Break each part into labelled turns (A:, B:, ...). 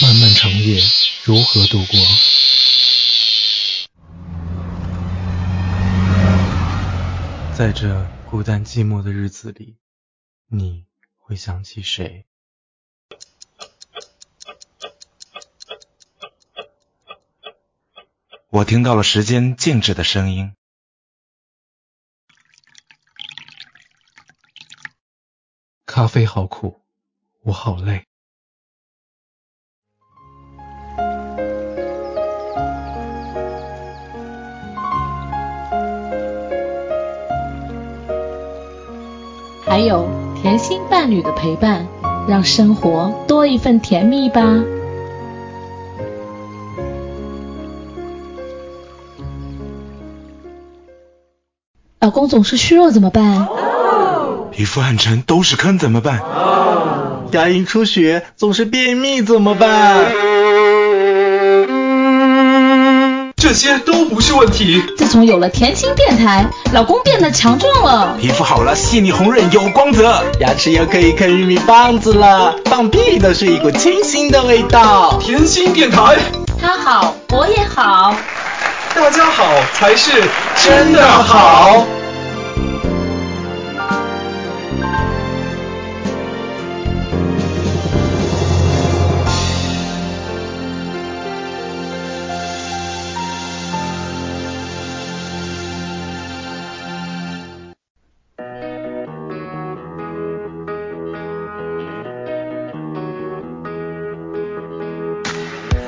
A: 漫漫长夜如何度过？
B: 在这孤单寂寞的日子里，你会想起谁？
C: 我听到了时间静止的声音，
B: 咖啡好苦，我好累。
D: 还有甜心伴侣的陪伴，让生活多一份甜蜜吧。老公总是虚弱怎么办？
C: 皮肤暗沉都是坑怎么办？
E: 牙龈出血总是便秘怎么办？
F: 这些都不是问题。
D: 自从有了甜心电台，老公变得强壮了。
C: 皮肤好了，细腻红润有光泽。
E: 牙齿又可以啃玉米棒子了，放屁都是一股清新的味道。
F: 甜心电台，
D: 他好，我也好。
F: 大家好才是真的好。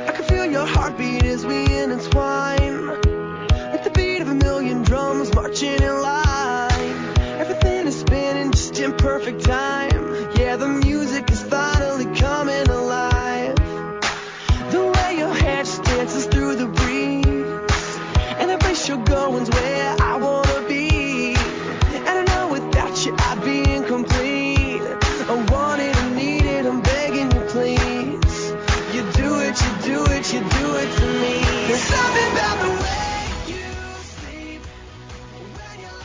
G: I can feel your heartbeat as we intertwine. Like the beat of a million drums marching in line. Everything is spinning just in perfect time. Yeah, the music is finally coming alive. The way your hair just dances through the breeze. And the place you're going's where I wanna be. And I know without you I'd be incomplete. I want it, I need it, I'm begging you please. You do it, you do it, you do it for me. There's something about the way you sleep.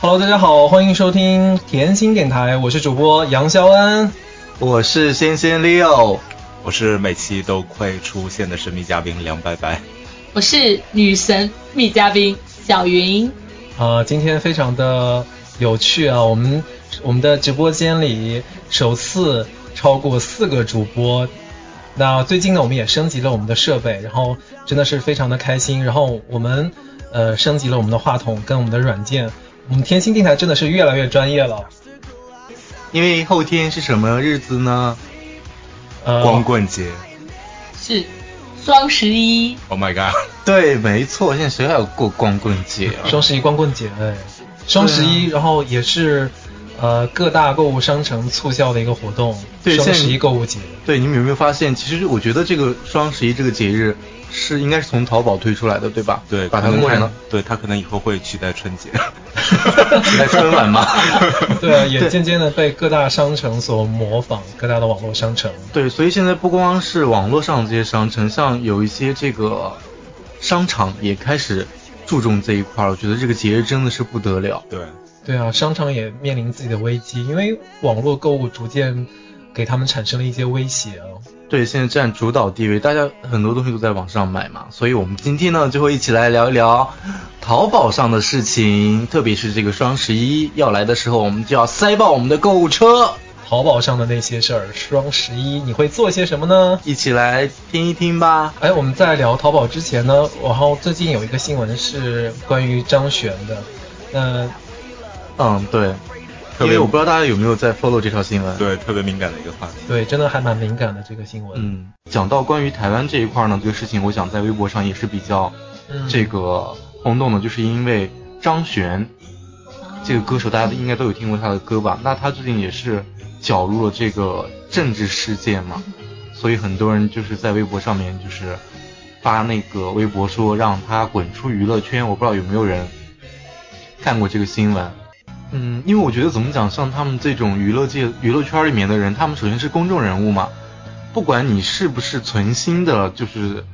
F: Hello，大家好，欢迎收听甜心电台，我是主播杨肖恩。
E: 我是仙仙 Leo，
C: 我是每期都会出现的神秘嘉宾梁白白。
D: 我是女神女嘉宾小云，
C: 呃
F: 啊，今天非常的有趣啊！我们我们的直播间里首次超过四个主播。那最近呢，我们也升级了我们的设备，然后真的是非常的开心。然后我们呃升级了我们的话筒跟我们的软件，我们甜心电台真的是越来越专业了。
E: 因为后天是什么日子呢？
F: 呃，
C: 光棍节
D: 是双十一，
C: ，Oh my god！
E: 对，没错，现在谁还有过光棍节啊？
F: 双十一光棍节，哎，双十一，然后也是呃各大购物商城促销的一个活动，
E: 对
F: 双
E: 现在
F: 十一购 物节。
E: 对，你们有没有发现，其实我觉得这个双十一这个节日是应该是从淘宝推出来的，对吧？
C: 对，
E: 把它
C: 可能
E: 默
C: 他
E: 认了。
C: 对他可能以后会取 代春节。
E: 你在春晚吗？
F: 对啊，也渐渐的被各大商城所模仿，各大的网络商城。
E: 对，所以现在不光是网络上这些商城，像有一些这个商场也开始注重这一块儿。我觉得这个节日真的是不得了。
C: 对，
F: 对啊，商场也面临自己的危机，因为网络购物逐渐给他们产生了一些威胁啊。
E: 对，现在占主导地位，大家很多东西都在网上买嘛，所以我们今天呢就会一起来聊一聊淘宝上的事情，特别是这个双十一要来的时候，我们就要塞爆我们的购物车，
F: 淘宝上的那些事儿，双十一你会做些什么呢？
E: 一起来听一听吧。
F: 哎，我们在聊淘宝之前呢，然后最近有一个新闻是关于张悬的，那
E: 嗯，对，
C: 特
E: 因
C: 别
E: 为我不知道大家有没有在 follow 这条新闻。
C: 对，特别敏感的一个话题。
F: 对，真的还蛮敏感的这个新闻。
E: 嗯，讲到关于台湾这一块呢，这个事情，我想在微博上也是比较
F: 嗯
E: 这个轰动的，就是因为张悬
F: 啊
E: 这个歌手，大家应该都有听过他的歌吧？那他最近也是搅入了这个政治事件嘛，
F: 嗯
E: 所以很多人就是在微博上面就是发那个微博说让他滚出娱乐圈，我不知道有没有人看过这个新闻。嗯，因为我觉得怎么讲，像他们这种娱乐界、娱乐圈里面的人，他们首先是公众人物嘛，不管你是不是存心的，就是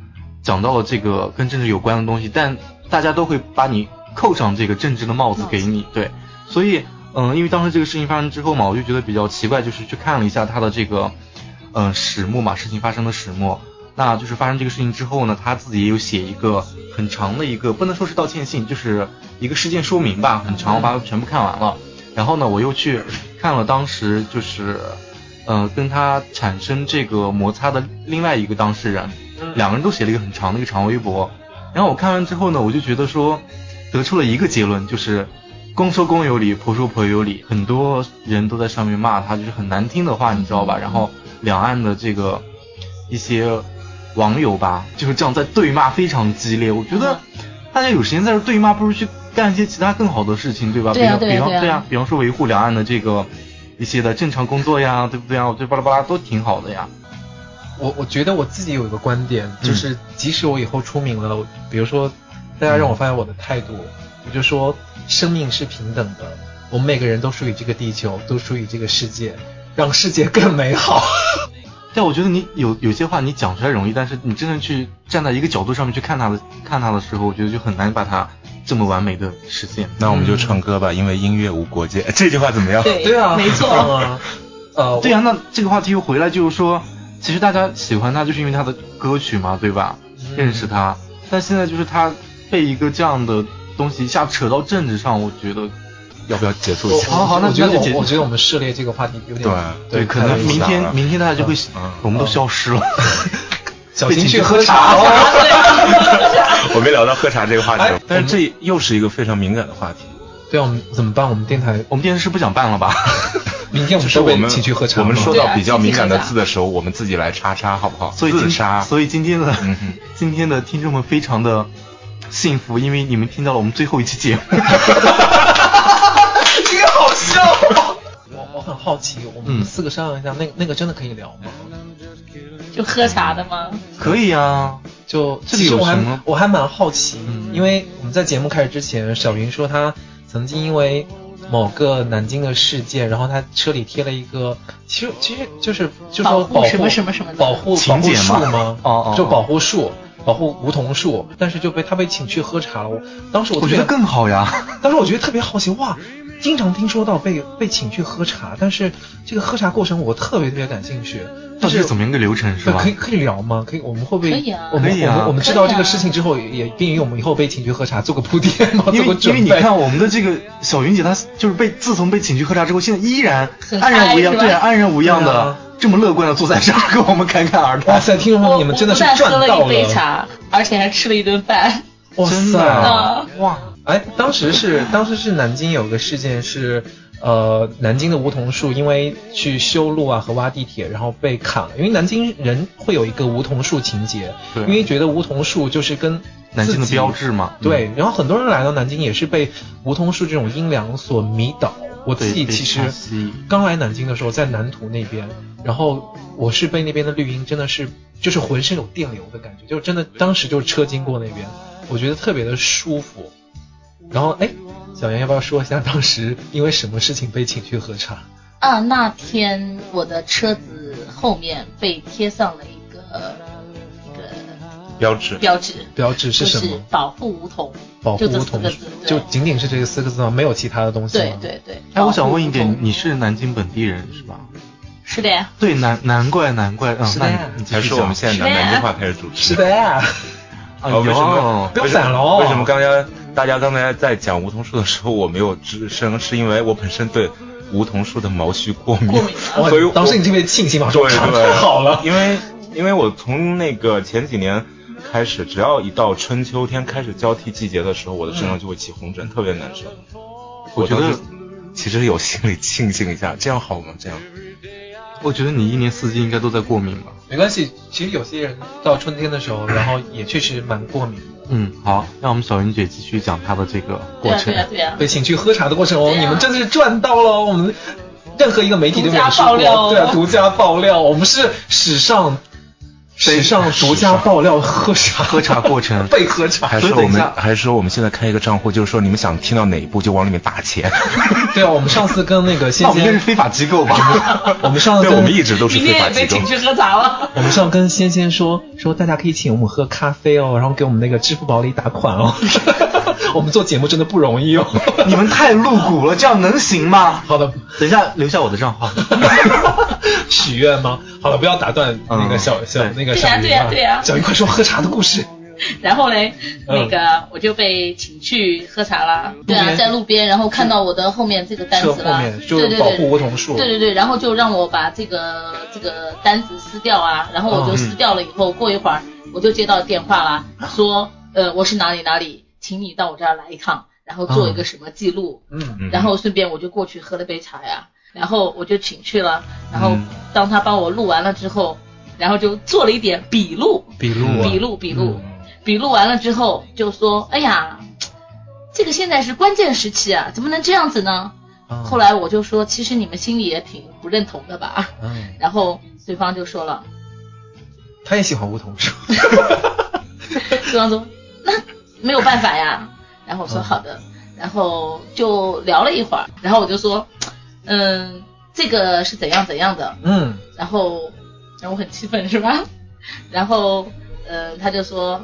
E: 讲到了这个跟政治有关的东西，但大家都会把你扣上这个政治的帽子给你，对，所以，嗯、因为当时这个事情发生之后嘛，我呃就觉得比较奇怪，就是去看了一下他的这个，嗯、始末嘛，事情发生的始末，那就是发生这个事情之后呢，他自己也有写一个很长的一个，不能说是道歉信，就是一个事件说明吧，很长，我把它全部看完了。然后呢，我又去看了当时就是，呃，跟他产生这个摩擦的另外一个当事人，两个人都写了一个很长的一个长微博。然后我看完之后呢，我就觉得说，得出了一个结论，就是公说公有理，婆说婆有理。很多人都在上面骂他，就是很难听的话，你知道吧？然后两岸的这个一些网友吧，就是这样在对骂，非常激烈。我觉得大家有时间在这对骂，不如去干一些其他更好的事情，对吧？
D: 对啊
E: 比
D: 对啊
E: 方比方
D: 对啊
E: 对啊，比方说维护两岸的这个一些的正常工作呀，对不对啊？我觉得巴拉巴拉都挺好的呀。
F: 我我觉得我自己有一个观点，就是即使我以后出名了，我比如说大家让我发表我的态度，我就说生命是平等的，我们每个人都属于这个地球，都属于这个世界，让世界更美好。
E: 但我觉得你有有些话你讲出来容易，但是你真正去站在一个角度上面去看它的看它的时候，我觉得就很难把它这么完美的实现。
C: 那我们就唱歌吧，因为音乐无国界。这句话怎么样？
D: 对
F: 对啊，
D: 没错
F: 很棒啊。
D: 嗯
F: 呃，
E: 对呀、那这个话题又回来就是说，其实大家喜欢他就是因为他的歌曲嘛，对吧？
F: 嗯
E: 认识他，但现在就是他被一个这样的东西一下扯到政治上，我觉得
C: 要不要结束
F: 我，
C: 一
F: 我
C: 下？
E: 好好那
F: 我觉得
E: 那就结束
F: 我我觉得我们涉猎这个话题有点
C: 对
E: 可能明
C: 太危险了
E: 天明天大家就会，
C: 嗯
E: 我们都消失了。
F: 小心去喝茶哦。
C: 我没聊到喝茶这个话
F: 哎
C: 题，但是这又是一个非常敏感的话题。
F: 对啊，我们怎么办？我们电台
E: 我们电视是不想办了 吧？
F: 明天我
C: 就是
F: 们收
C: 我
F: 尾
C: 们
F: 请去喝茶
C: 我
F: 吗。
C: 们说
D: 对
C: 到
D: 啊
C: 比较
D: 请去
C: 敏感
D: 喝
C: 的
D: 茶
C: 字的时候，我们自己来叉叉，好不好？
E: 所以
C: 自
E: 今
C: 杀，
E: 所以今天的、
C: 嗯哼
E: 今天的听众们非常的幸福，因为你们听到了我们最后一期 节目。
F: 这个好笑、我我很好奇，我们
E: 嗯
F: 四个商量一下，那那个真的可以聊吗？
D: 就喝茶的吗？
E: 可以啊，
F: 就
E: 这
F: 其
E: 里
F: 实
E: 有
F: 我
E: 什么
F: 还我还蛮好奇，
E: 嗯
F: 因为我们在节目开始之前，小云说她曾经因为某个南京的事件，然后她车里贴了一个，其
E: 哦
F: 实其实就是就
D: 保
F: 说保
D: 护
F: 护
D: 什么什么什么的
F: 保护保
E: 请
F: 护
E: 柬
F: 树
E: 吗
F: 吗？
E: 哦哦哦
F: 就保护树。保护梧桐树，但是就被她被请去喝茶了。我当时我
E: 我
F: 特别
E: 觉得更好呀。
F: 当时我觉得特别好奇，哇，经常听说到被被请去喝茶，但是这个喝茶过程我特别特别感兴趣。
E: 到底是怎么样一个流程是
F: 对，
E: 吧
F: 可以？可以聊吗？可以，我们会不会？
D: 可以啊
F: 我们
E: 可以啊
F: 我们我们知
D: 可
F: 道
D: 以啊
F: 这个事情之后，也便于我们以后被请去喝茶做个铺垫嘛，
E: 因
F: 做个
E: 为因
F: 准备。
E: 为你看我们的这个小云姐，她就是被自从被请去喝茶之后，现在依然
D: 很嗨
E: 安然无恙，
D: 是吧
E: 对啊，安然无恙
F: 对
E: 的
F: 啊
E: 这么乐观的坐在这儿跟我们侃侃而
F: 哇
E: 谈。
F: 塞，听众朋友们，你们真的是
D: 我不
F: 赚
D: 但喝
F: 到
D: 了一杯茶，而且还吃了一顿饭。
F: 哇
E: 真
F: 塞！
E: 的啊
D: 啊
E: 哇，
F: 哎，当时是 当时是南京有个事件是，呃，南京的梧桐树因为去修路啊和挖地铁，然后被砍了。因为南京人会有一个梧桐树情节，
E: 对
F: 因为觉得梧桐树就是跟
E: 南京的
F: 自己
E: 标志嘛嗯
F: 对，然后很多人来到南京也是被梧桐树这种阴凉所迷倒。我自己
E: 对被
F: 其实
E: 它吸引
F: 刚来南京的时候，在南图那边，然后我是被那边的绿荫真的是就是浑身有电流的感觉，就真的当时就是车经过那边，我觉得特别的舒服。然后哎，小袁要不要说一下当时因为什么事情被请去喝茶？
D: 啊，那天我的车子后面被贴上了一个一
C: 标志
D: 个。标志，
F: 标志是什
D: 就
F: 么
D: 是？保护梧桐，
F: 保护
D: 就这
F: 梧
D: 四
F: 桐
D: 个
F: 树
D: 字，
F: 就
D: 对
F: 仅仅是这个四个字吗？没有其他的东西
D: 对
F: 吗？
D: 对对。
E: 哎，我想
D: 保护
E: 问一
D: 梧
E: 点，
D: 桐
E: 你是南京本地人是吧？
D: 是的呀，
E: 对，难难怪难怪，嗯，
F: 是的
E: 那
F: 呀
E: 你你继续
C: 还是我
E: 讲
C: 们现在
D: 是
C: 拿
D: 呀
C: 南京话开始主持？
F: 是的呀，
E: 哎
C: 哦，为什
E: 呦
C: 么？
F: 不要
C: 为什么
F: 反了哦
C: 为什么刚才大家刚才在讲梧桐树的时候我没有吱声？是因为我本身对梧桐树的毛须过敏，
D: 过 敏啊
C: 所以我
F: 哦当时你特别庆幸嘛，
C: 对
F: 说茶
C: 对
F: 太好了。
C: 因为因为我从那个前几年开始，只要一到春秋天开始交替季节的时候，我的身上就会起红疹，特别难受。
E: 我觉
C: 当
E: 得
C: 时其实有心里庆幸一下，这样好吗？这样
E: 我觉得你一年四季应该都在过敏吧。
F: 没关系，其实有些人到春天的时候，然后也确实蛮过敏的。
E: 嗯，好，让我们小云姐继续讲她的这个过
D: 对呀
E: 程
D: 对。呀对呀。啊
F: 被请去喝茶的过程哦，
D: 对啊
F: 你们真的是赚到了哦！我们任何一个媒体都没有
D: 独家
F: 说
D: 爆
F: 过，
D: 料哦
F: 对啊，独家爆料，我们是史上史上独家爆料喝茶
E: 喝茶过程
F: 被喝茶，
C: 还
E: 所以
C: 是
E: 等
C: 我
E: 一
C: 们
E: 下
C: 还是我们现在开一个账户，就是说你们想听到哪一步就往里面打钱。
F: 对啊，我们上次跟那 个
E: 那
F: 仙
E: 我们应该是
F: 仙，
E: 非法机构吧？
F: 嗯我们上次
C: 对，
F: 跟
C: 我们一直都是
D: 明
C: 非
D: 天
C: 法
D: 也
C: 机
D: 被请
C: 构。
D: 去喝茶了。
F: 我们上次跟仙仙说说大家可以请我们喝咖啡哦，然后给我们那个支付宝里打款哦。 我们做节目真的不容易哦。
D: 啊
E: 你们太露骨了，这样能行吗？
F: 好的，
E: 等一下留下我的账号。
F: 许愿吗？好了，不要打断那个小、小那个
D: 对
F: 小
D: 呀
F: 鱼
D: 对呀
F: 啊
D: 对呀
F: 小鱼快说喝茶的故事。
D: 然后嘞，
F: 嗯
D: 那个我就被请去喝茶啦。对
F: 路
D: 啊，
F: 边
D: 在路边，然后看到我的后面这个单
F: 车
D: 子
F: 后
D: 啦，
F: 面就
D: 对对
F: 是保护
D: 对。
F: 梧桐树，
D: 对对对，然后就让我把这个这个单子撕掉啊，然后我就
F: 嗯
D: 撕掉了以后，过一会儿我就接到电话啦，说呃我是哪里哪里，请你到我这儿来一趟，然后做一个什么记录，
F: 嗯，
C: 嗯
D: 然后顺便我就过去喝了杯茶呀，然后我就请去了，然
F: 嗯
D: 后当他帮我录完了之后，然后就做了一点笔录，
E: 笔录啊
D: 笔录笔录，
F: 嗯
D: 笔录完了之后就说，哎呀，这个现在是关键时期啊，怎么能这样子呢？
F: 嗯
D: 后来我就说，其实你们心里也挺不认同的吧？
F: 嗯，
D: 然后对方就说了，
F: 他也喜欢梧桐 树，
D: 对方说那没有办法呀。然后我说
F: 嗯
D: 好的，然后就聊了一会儿，然后我就说，嗯，这个是怎样怎样的，
F: 嗯
D: 然后然后我很气愤是吧？ 然后呃他就说。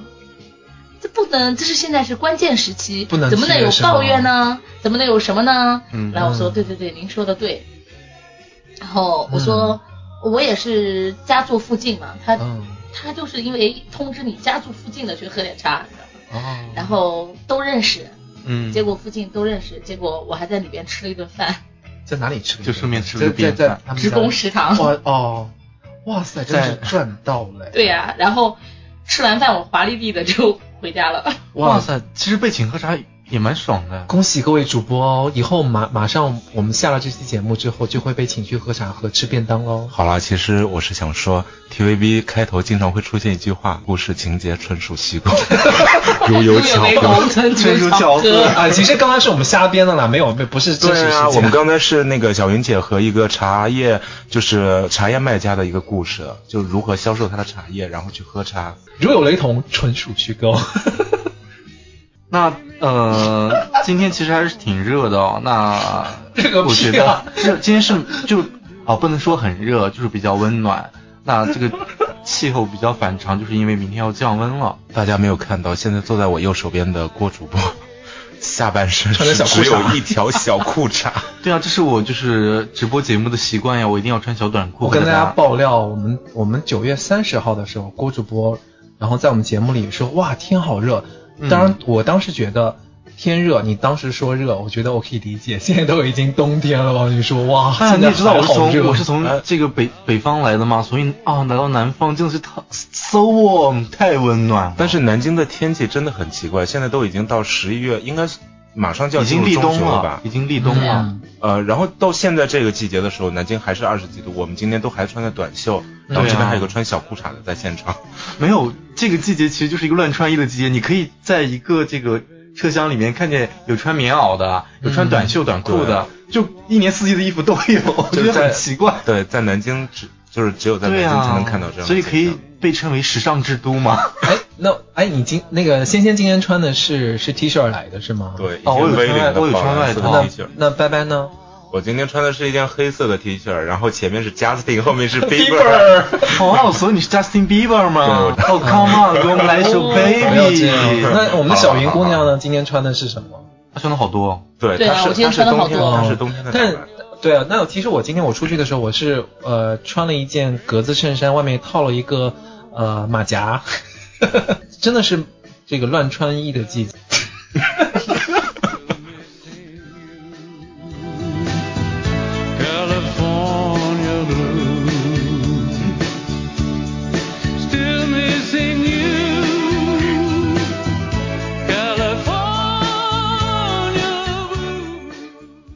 D: 这不能，这是现在是关键时期，
F: 不能
D: 怎么能有
F: 是吗
D: 抱怨呢？怎么能有什么呢？
E: 嗯
D: 然后我说
F: 嗯
D: 对对对，您说的对。然后我说、我也是家住附近嘛，他、
F: 嗯
D: 他就是因为通知你家住附近的去喝点茶，你知道吗？
F: 哦，
D: 然后都认识，
E: 嗯，
D: 结果附近都认识，结果我还在里边吃了一顿饭，
F: 在哪里吃？
E: 就顺便吃了
F: 在
E: 个
F: 在
E: 便
F: 在
E: 饭，
F: 他们
D: 职
F: 家
D: 工食堂。
F: 哇哦，哇塞，真是
E: 在
F: 赚到了。
D: 对呀、然后吃完饭我华丽丽的就回家了。
E: 哇，塞，其实被请喝茶也蛮爽的。
F: 恭喜各位主播哦！以后马马上我们下了这期节目之后，就会被请去喝茶和吃便当喽。
C: 好啦，其实我是想说，TVB 开头经常会出现一句话：故事情节纯属虚构， 如有巧
D: 为
C: 合
D: 同。村
E: 纯属巧合
F: 啊，其实刚刚是我们瞎编的啦，没有，没有不是真实
C: 对
F: 事件。
C: 啊，我们刚才是那个小云姐和一个茶叶，就是茶叶卖家的一个故事，就如何销售他的茶叶，然后去喝茶。
F: 如有雷同，纯属虚构。
E: 那呃， 今天其实还是挺热的哦。那
F: 热个屁啊
E: 我觉得热，今天是就啊、不能说很热，就是比较温暖。那这个气候比较反常，就是因为明天要降温了。
C: 大家没有看到，现在坐在我右手边的郭主播， 下半身
F: 穿着
C: 是
F: 小裤衩
C: 只有一条小裤衩。
E: 对啊，这是我就是直播节目的习惯呀，我一定要穿小短裤。
F: 我跟大家爆料，我们我们九月三十号的时候，郭主播，然后在我们节目里说，哇，天好热。
E: 嗯
F: 当然，我当时觉得天热，你当时说热，我觉得我可以理解。现在都已经冬天了，王宇说，哇，
E: 哎呀，
F: 现
E: 你
F: 在
E: 也知道我是
F: 还好
E: 从
F: 热哎
E: 我是
C: 哎
E: 从这个北北方来的嘛，所以啊，来到南方真的是太 so warm，太温暖了。
C: 但是南京的天气真的很奇怪，现在都已经到十一月，应该是马上就要
E: 已经
C: 进入
E: 立
C: 中
E: 冬
C: 旬了
E: 了
C: 吧，
E: 已？经立冬了。
F: 嗯
C: 呃，然后到现在这个季节的时候，南京还是二十几度，我们今天都还穿着短袖，然
E: 啊
C: 后这边还有个穿小裤衩的在现场。
E: 没有，这个季节其实就是一个乱穿衣的季节。你可以在一个这个车厢里面看见有穿棉袄的，
C: 嗯
E: 有穿短袖短裤的，就一年四季的衣服都有，我觉
C: 就
E: 得
C: 在
E: 很奇怪。
C: 对，在南京只就是只有在南
E: 对
C: 京才能
E: 啊
C: 看到这，样的景象、
E: 所以可以被称为时尚之都嘛。
F: 哎，那哎，你今那个仙仙今天穿的是是 T 恤来的是吗？
C: 对，
E: 哦我有
C: 一件
E: 穿外
C: 微领的
E: 我有穿
C: 宝蓝
E: 外
C: 色
E: 套
C: 的
F: 那
C: T 恤。
F: 那拜拜呢？
C: 我今天穿的是一件黑色的 T 恤，然后前面是 Justin，后面是 Bieber。
F: 儿，
E: 哦，所以你是 Justin Bieber 吗？哦，Come on，给我们来一首
F: 不要这样。
E: Baby。
F: 那我们的小云姑娘呢？今天穿的是什么？
E: 他穿的好多哦，
C: 对，
D: 对啊
C: 它是
D: 我今天
C: 它是
D: 穿了好
C: 冬天
D: 多
C: 它
F: 哦
C: 是冬天的
F: 但
C: 打扮。
F: 对啊，那其实我今天我出去的时候，我是呃穿了一件格子衬衫，外面套了一个呃 马甲，真的是这个乱穿衣的季 节。
G: California blues. Still missing you. California blues.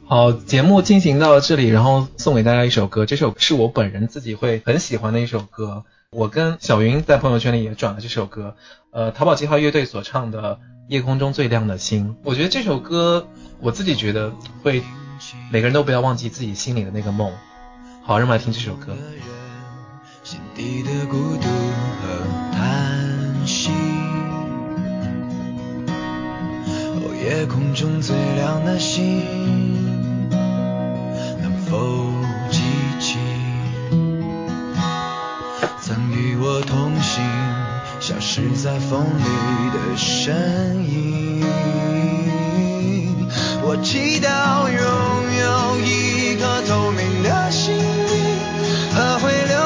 F: 好，节目进行到这里，然后送给大家一首歌，这首是我本人自己会很喜欢的一首歌。我跟小云在朋友圈里也转了这首歌，呃，淘宝计划乐队所唱的《夜空中最亮的星》。我觉得这首歌，我自己觉得会，每个人都不要忘记自己心里的那个梦。好，让我们来听这首歌。
G: 心底的孤独和叹息。哦，夜空中最亮的星，能否记起曾与我同行、消失在风里的身影？我祈祷拥有一颗透明的心灵，和会哦哦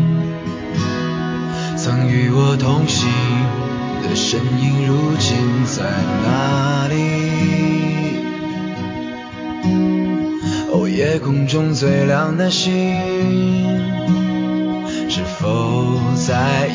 G: 道，曾与我同行的身影，如今在哪里？哦，夜空中最亮的星，是否在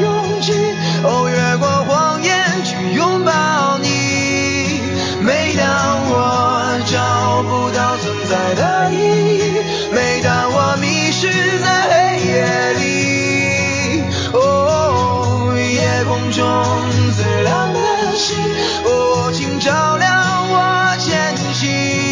G: 勇气。哦，越过谎言去拥抱你。每当我找不到存在的意义，每当我迷失在黑夜里，哦，夜空中最亮的星，哦，请照亮我前行。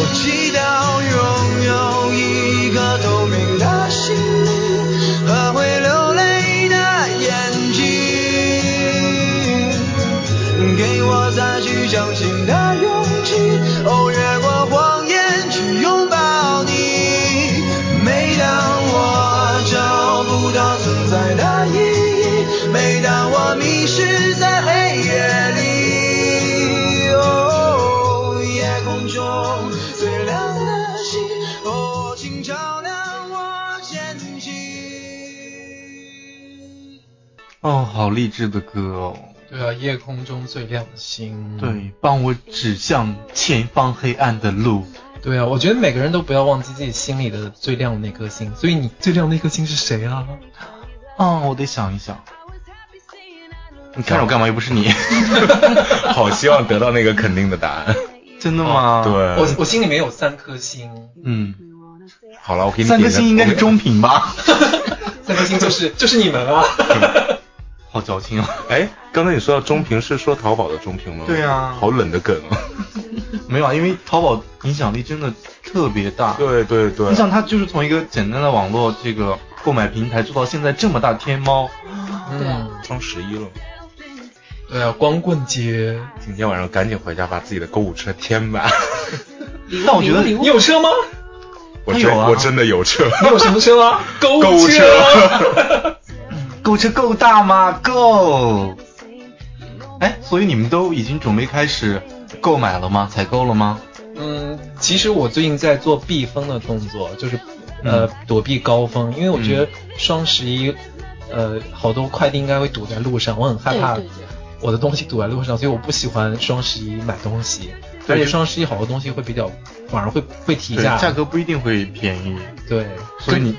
G: 我祈祷拥有一颗透明的心灵和会流泪的眼睛，给我再去相信的勇气。哦，越过谎言去拥抱你。每当我找不到存在的意义，每当我迷失在黑夜里，哦，夜空中最亮的星，哦，请照亮我前行。
E: 哦，好励志的歌哦。
F: 对啊，夜空中最亮的星。
E: 对，帮我指向前方黑暗的路。
F: 对啊，我觉得每个人都不要忘记自己心里的最亮的那颗星。所以你最亮的那颗星是谁啊？
E: 啊，我得想一想。你看着我干嘛？又不是你。
C: 好希望得到那个肯定的答案。
E: 真的吗？。
F: 我
C: 对，
F: 我心里面有三颗星，
E: 嗯，
C: 好了，我给你
E: 三颗
C: 点个
E: 星应该是
C: 我
E: 中评吧？
F: 三颗星就是就是你们 啊。
E: 好矫情哦。
C: 哎，刚才你说到中评是说淘宝的中评吗？
E: 对啊
C: 好冷的梗啊！
E: 没有啊，因为淘宝影响力真的特别大。
C: 对对对
E: 你，想，它就是从一个简单的网络这个购买平台做到现在这么大，天猫。
D: 对啊，
C: 双十一了，
F: 嗯对啊，光棍节，
C: 今天晚上赶紧回家把自己的购物车填 满。
E: 但我觉得
F: 你有车吗？
C: 我
E: 他
C: 真、
E: 有啊
C: 我真的有车，
F: 你有什么车吗？ 购
C: 购物
F: 车。
E: 购车够大吗？够。哎，所以你们都已经准备开始购买了吗？采购了吗？
F: 嗯，其实我最近在做避风的动作，就是呃、躲避高峰，因为我觉得双十一，呃，好多快递应该会堵在路上，我很害怕
D: 对对对
F: 我的东西堵在路上，所以我不喜欢双十一买东西，
E: 对
F: 而且
E: 就
F: 双十一好多东西会比较，反而会会提
E: 对，
F: 价，
E: 价格不一定会便宜，
F: 对，
E: 所以你，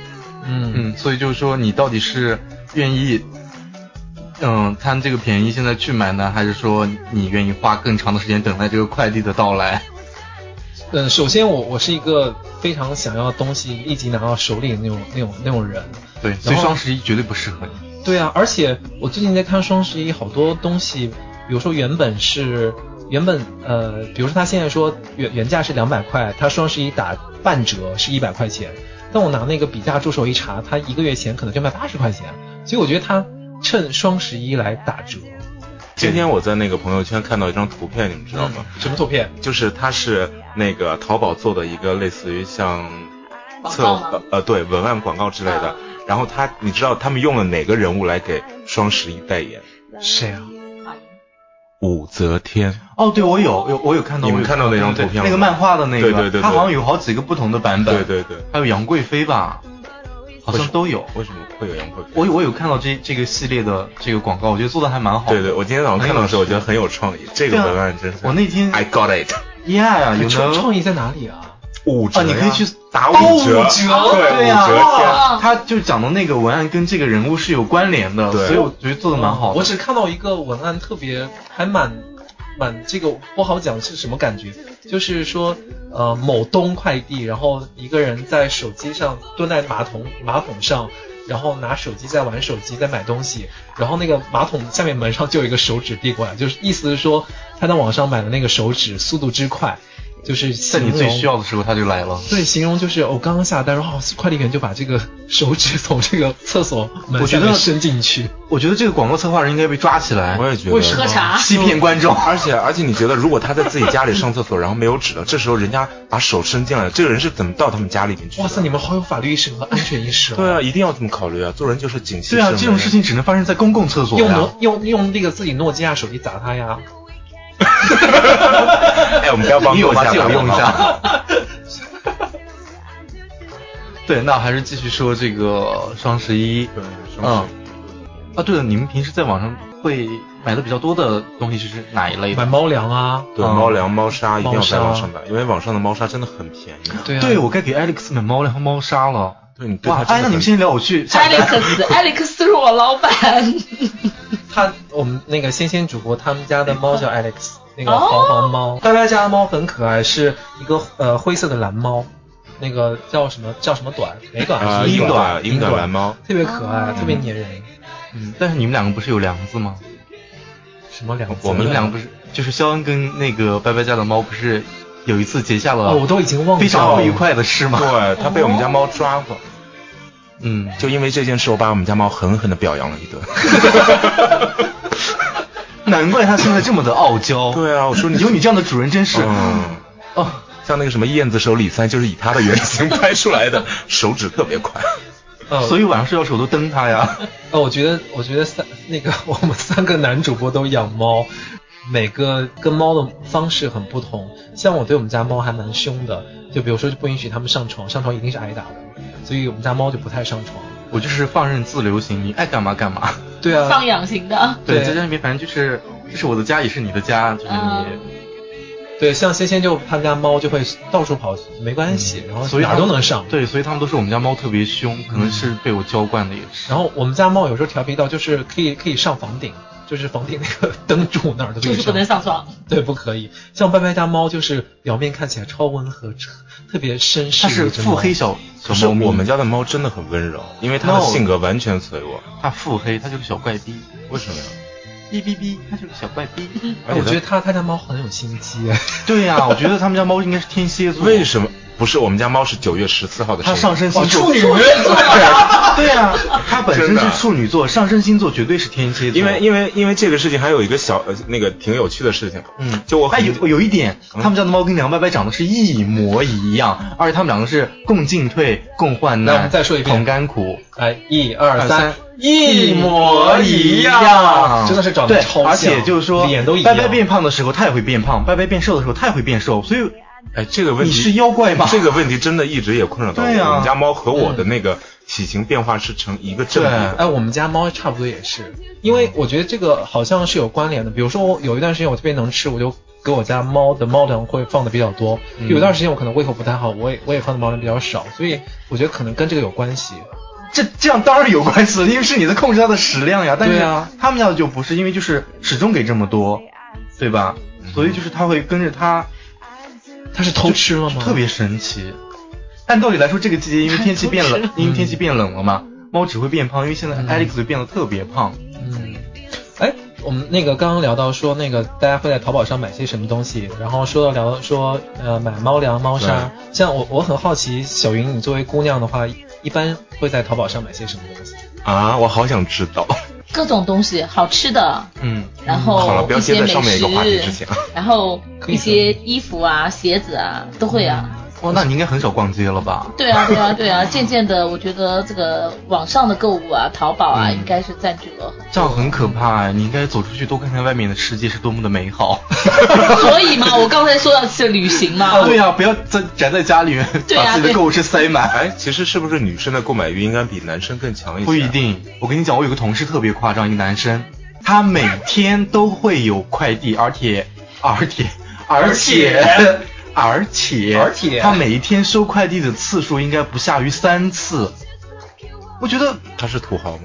F: 嗯嗯
E: 嗯，所以就是说你到底是愿意，嗯，贪这个便宜现在去买呢，还是说你愿意花更长的时间等待这个快递的到来？
F: 嗯，首先我我是一个非常想要东西立即拿到手里的那种那种那种人，
E: 对，所以
F: 然后
E: 双十一绝对不适合你。
F: 对啊，而且我最近在看双十一，好多东西，比如说原本是原本呃，比如说他现在说原原价是两百块，他双十一打半折是一百块钱，但我拿那个比价助手一查，他一个月前可能就卖八十块钱，所以我觉得他趁双十一来打折。
C: 今天我在那个朋友圈看到一张图片，你们知道吗？
F: 什么图片？
C: 就是它是那个淘宝做的一个类似于像
D: 广
C: 测
D: 告吗？
C: 呃对文案广告之类的
D: 啊。
E: 嗯
C: 然后他，你知道他们用了哪个人物来给双十一代言？
F: 谁啊？
D: 马云
C: 武则天。
E: 哦，对，我有，有我有看到，
C: 你们
E: 我有
C: 看到那张图
E: 对
C: 片了吗
E: 那个漫画的那个，
C: 对对对对
E: 它好像有好几个不同的版本，
C: 对对对，
E: 还有杨贵妃吧，好像都有。
C: 为什么会有杨贵妃？
E: 我有我有看到这这个系列的这个广告，我觉得做的还蛮好
C: 对
E: 的。
C: 对，我今天早上看到的时候，我觉得很有创意。这个
E: 对啊
C: 文案真是，哎
E: 我那天
C: I got it，
E: ，Yeah，有
F: 创
E: 能
F: 创意在哪里啊？
C: 五折
E: 啊，
C: 呀
E: 你可以去
C: 打
E: 五
C: 折，对
E: 哦对
C: 五折天。
E: 呀，他就讲的那个文案跟这个人物是有关联的，
C: 对
E: 所以我觉得做的蛮好
F: 我
E: 的。
F: 只看到一个文案，特别还蛮蛮这个不好讲是什么感觉，就是说呃某东快递，然后一个人在手机上蹲在马桶马桶上，然后拿手机在玩手机，在买东西，然后那个马桶下面门上就有一个手指递过来，就是意思是说他在网上买的那个手指速度之快，就是
E: 在你
F: 形
E: 最
F: 容
E: 需要的时候他就来了。
F: 对，形容就是我刚刚下单，然后快递员就把这个手指从这个厕所门
E: 我觉
F: 下
E: 得
F: 面伸进去。
E: 我觉得这个广告策划人应该被抓起来，
C: 我也觉得。
F: 为什么
D: 喝茶
E: 欺骗观众。
C: 而且而且，你觉得如果他在自己家里上厕所，然后没有纸了，这时候人家把手伸进来了，这个人是怎么到他们家里面去的？
F: 哇塞，你们好有法律意识和安全意 识、哦。
C: 对啊，一定要这么考虑啊！做人就是谨细
E: 对啊，
C: 慎
E: 这种
C: 微
E: 事情只能发生在公共厕所
F: 用
E: 呀。
F: 诺用用那个自己诺基亚手机砸他呀！
C: 哎，我们不要 帮
E: 你有吧？借我用一
C: 一下。
E: 下。 对，那还是继续说这个双十一。
C: 对双
E: 嗯
C: 十。
E: 啊，对了，你们平时在网上会买的比较多的东西是哪一类的？
F: 买猫粮啊，
C: 对，
E: 嗯
C: 猫粮、猫砂一定要在
F: 猫砂
C: 网上买，因为网上的猫砂真的很便宜。
F: 对啊，
E: 对，我该给 Alex 买猫粮和猫砂了。
C: 对你对
E: 哇
C: 它，真
E: 哎，
C: 的
E: 那你们
C: 很
E: 先聊，我去下单。
D: Alex Alex 是我老板，
F: 他我们那个仙仙主播他们家的猫叫 Alex，那个
D: 哦
F: 黄黄猫，大家家的猫很可爱，是一个呃灰色的蓝猫，那个叫什么叫什么短美短
C: 啊
F: 还是
C: 英
F: 短
C: 短英短蓝猫，
F: 特别可爱，特别粘人。
E: 嗯，但是你们两个不是有梁子吗？
F: 什么两个字？
E: 我们两个不是，就是肖恩跟那个拜拜家的猫不是有一次结下了
F: 哦，我都已经忘
E: 非
F: 掉
E: 常
F: 了
E: 不愉。快的事吗？
C: 对，它被我们家猫抓过，
E: 嗯，
C: 就因为这件事，我把我们家猫狠狠的表扬了一顿。
E: 难怪他现在这么的傲娇。
C: 对啊我说 你
E: 有你这样的主人真是，
C: 嗯，
E: 哦，
C: 像那个什么燕子手李三，就是以它的原型拍出来 的，手指特别快。
F: 嗯，
E: 呃所以晚上睡觉时候我都蹬他呀。
F: 呃，我觉得，我觉得三那个 我们三个男主播都养猫，每个跟猫的方式很不同。像我对我们家猫还蛮凶的，就比如说就不允许它们上床，上床一定是挨打的，所以我们家猫就不太上床。
E: 我就是放任自流型，你爱干嘛干 嘛。
F: 对啊，
D: 放养型的。
E: 对，
F: 对
E: 在家里面反正就是，这是我的家，也是你的家，就是
D: 嗯
E: 你。
F: 对，像仙仙就他们家猫就会到处跑，没关系，然后
E: 嗯所以
F: 哪儿
E: 他
F: 都
E: 们
F: 能上。
E: 对，所以他们都说我们家猫特别
C: 嗯
E: 凶，可能是被我娇惯的也是。
F: 然后我们家猫有时候调皮到就是可以可以上房顶，就是房顶那个 灯柱那儿都可
D: 就
F: 以
D: 是不能上床，
F: 对，不可以。像拜拜家猫就是表面看起来超温和，特别绅士
E: 它
F: 的一只
E: 是
F: 猫，
E: 腹黑小小
C: 可是
E: 猫咪，
C: 我们家的猫真的很温柔，因为它的
E: No
C: 性格完全随我。
E: 它腹黑，它就是个小怪逼，
C: 为什么呀？
E: 哔哔哔，它是个小怪逼。
F: 哎。我觉得他他家猫很有心机，哎
E: 对呀、我觉得他们家猫应该是天蝎座。
C: 为什么不是我们家猫是九月十四号的生
E: 它
C: 日？
E: 上升星座
F: 处女
E: 哦座， 啊对对呀、它本身
C: 真的
E: 是处女座，上升星座绝对是天蝎座。
C: 因为因为因为这个事情还有一个小呃那个挺有趣的事情，
E: 嗯，
C: 就我
E: 哎
C: 很
E: 有有一点，
F: 嗯
E: 他们家的猫跟梁伯伯长得是一模一样，而且他们两个是共进退、共患难，
F: 那我们再说一遍
E: 同甘苦，
F: 来一二
E: 三
F: 三，样，真的是长得
E: 对
F: 超像，
E: 而且就是说，
F: 脸都一样。
E: 拜拜变胖的时候，它也会变胖；拜拜变瘦的时候，它也会变瘦。所以
C: 哎这个问题
E: 你是妖怪吗
C: 这个问题真的一直也困扰到我。
E: 对啊
C: 我们家猫和我的那个体型变化是成一个正比
E: 嗯
C: 的。
F: 哎，我们家猫差不多也是，因为我觉得这个好像是有关联的。比如说，我有一段时间我特别能吃，我就给我家猫的猫粮会放的比较多。
E: 嗯
F: 有一段时间我可能胃口不太好，我也我也放的猫粮比较少，所以我觉得可能跟这个有关系。
E: 这这样当然有关系了，因为是你在控制它的食量呀。但是
F: 对啊
E: 他们家的就不是，因为就是始终给这么多，对吧？所以就是它会跟着它。
F: 它是偷吃
D: 嗯
F: 了吗？
E: 特别神奇。按道理来说，这个季节因为天气变 冷，因为天气变冷了嘛，
D: 嗯
E: 猫只会变胖，因为现在 Alex 就变得特别胖。
F: 嗯，哎，我们那个刚刚聊到说，那个大家会在淘宝上买些什么东西，然后说到聊到说，呃，买猫粮、猫砂，像我我很好奇，小云，你作为姑娘的话，一般会在淘宝上买些什么东西？
C: 啊，我好想知道。
D: 各种东西，好吃的，
E: 嗯，
D: 然
C: 好了
D: 后
C: 不要
D: 一些
C: 接在
D: 美
C: 上面一个话题之
D: 食
C: 前，
D: 然后
F: 可以
D: 一些衣服啊、鞋子啊，都会啊。
E: 哇，那你应该很少逛街了吧？
D: 对啊，对啊，对啊，渐渐的，我觉得这个网上的购物啊，淘宝啊，
E: 嗯
D: 应该是占据了 很
E: 这样很可怕哎！你应该走出去多看看外面的世界是多么的美好。
D: 所以嘛，我刚才说要去旅行嘛，
E: 哦对呀、啊不要在宅在家里面，
D: 啊对啊
E: 把自己的
D: 对
E: 购物车塞满。
C: 哎，其实是不是女生的购买欲应该比男生更强一些？啊
E: 不一。定，我跟你讲，我有个同事特别夸张，一个男生，他每天都会有快递，而且，而且，而且，而且，
F: 而且
E: 他每一天收快递的次数应该不下于三次。我觉得
C: 他是土豪吗？